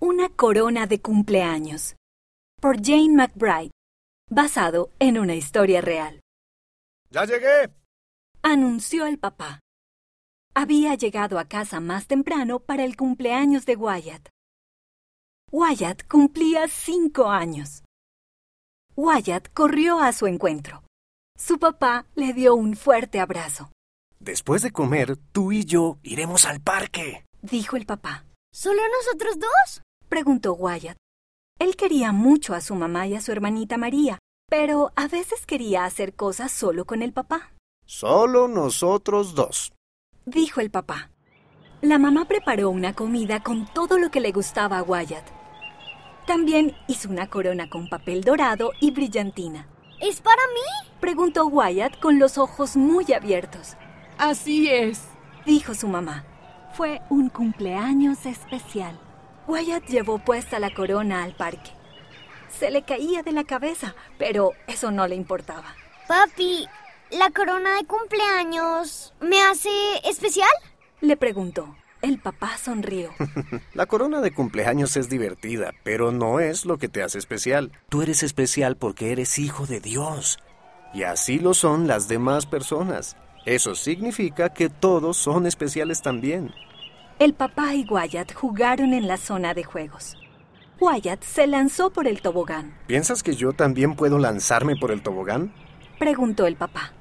Una corona de cumpleaños por Jane McBride, basado en una historia real, ¡Ya llegué! anunció el papá. Había llegado a casa más temprano para el cumpleaños de Wyatt. Wyatt cumplía cinco años. Wyatt corrió a su encuentro. Su papá le dio un fuerte abrazo, Después de comer, tú y yo iremos al parque. dijo el papá. ¿Solo nosotros dos? preguntó Wyatt. Él quería mucho a su mamá y a su hermanita María, pero a veces quería hacer cosas solo con el papá, Solo nosotros dos. dijo el papá. La mamá preparó una comida con todo lo que le gustaba a Wyatt. También hizo una corona con papel dorado y brillantina, ¿Es para mí? preguntó Wyatt con los ojos muy abiertos, Así es. dijo su mamá. Fue un cumpleaños especial. Wyatt llevó puesta la corona al parque. Se le caía de la cabeza, pero eso no le importaba. Papi, ¿la corona de cumpleaños me hace especial? Le preguntó. El papá sonrió. La corona de cumpleaños es divertida, pero no es lo que te hace especial. Tú eres especial porque eres hijo de Dios. Y así lo son las demás personas. Eso significa que todos son especiales también. El papá y Wyatt jugaron en la zona de juegos. Wyatt se lanzó por el tobogán, ¿Piensas que yo también puedo lanzarme por el tobogán? preguntó el papá.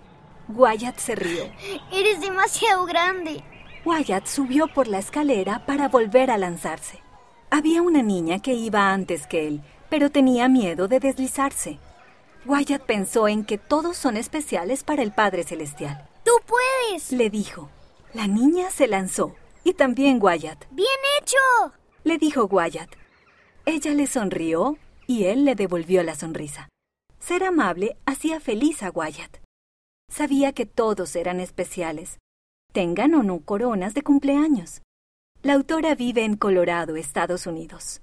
Wyatt se rió. Eres demasiado grande. Wyatt subió por la escalera para volver a lanzarse. Había una niña que iba antes que él, pero tenía miedo de deslizarse. Wyatt pensó en que todos son especiales para el Padre Celestial. ¡Tú puedes! Le dijo. La niña se lanzó, y también Wyatt. ¡Bien hecho! le dijo Wyatt. Ella le sonrió y él le devolvió la sonrisa. Ser amable hacía feliz a Wyatt. Sabía que todos eran especiales, tengan o no coronas de cumpleaños. La autora vive en Colorado, Estados Unidos.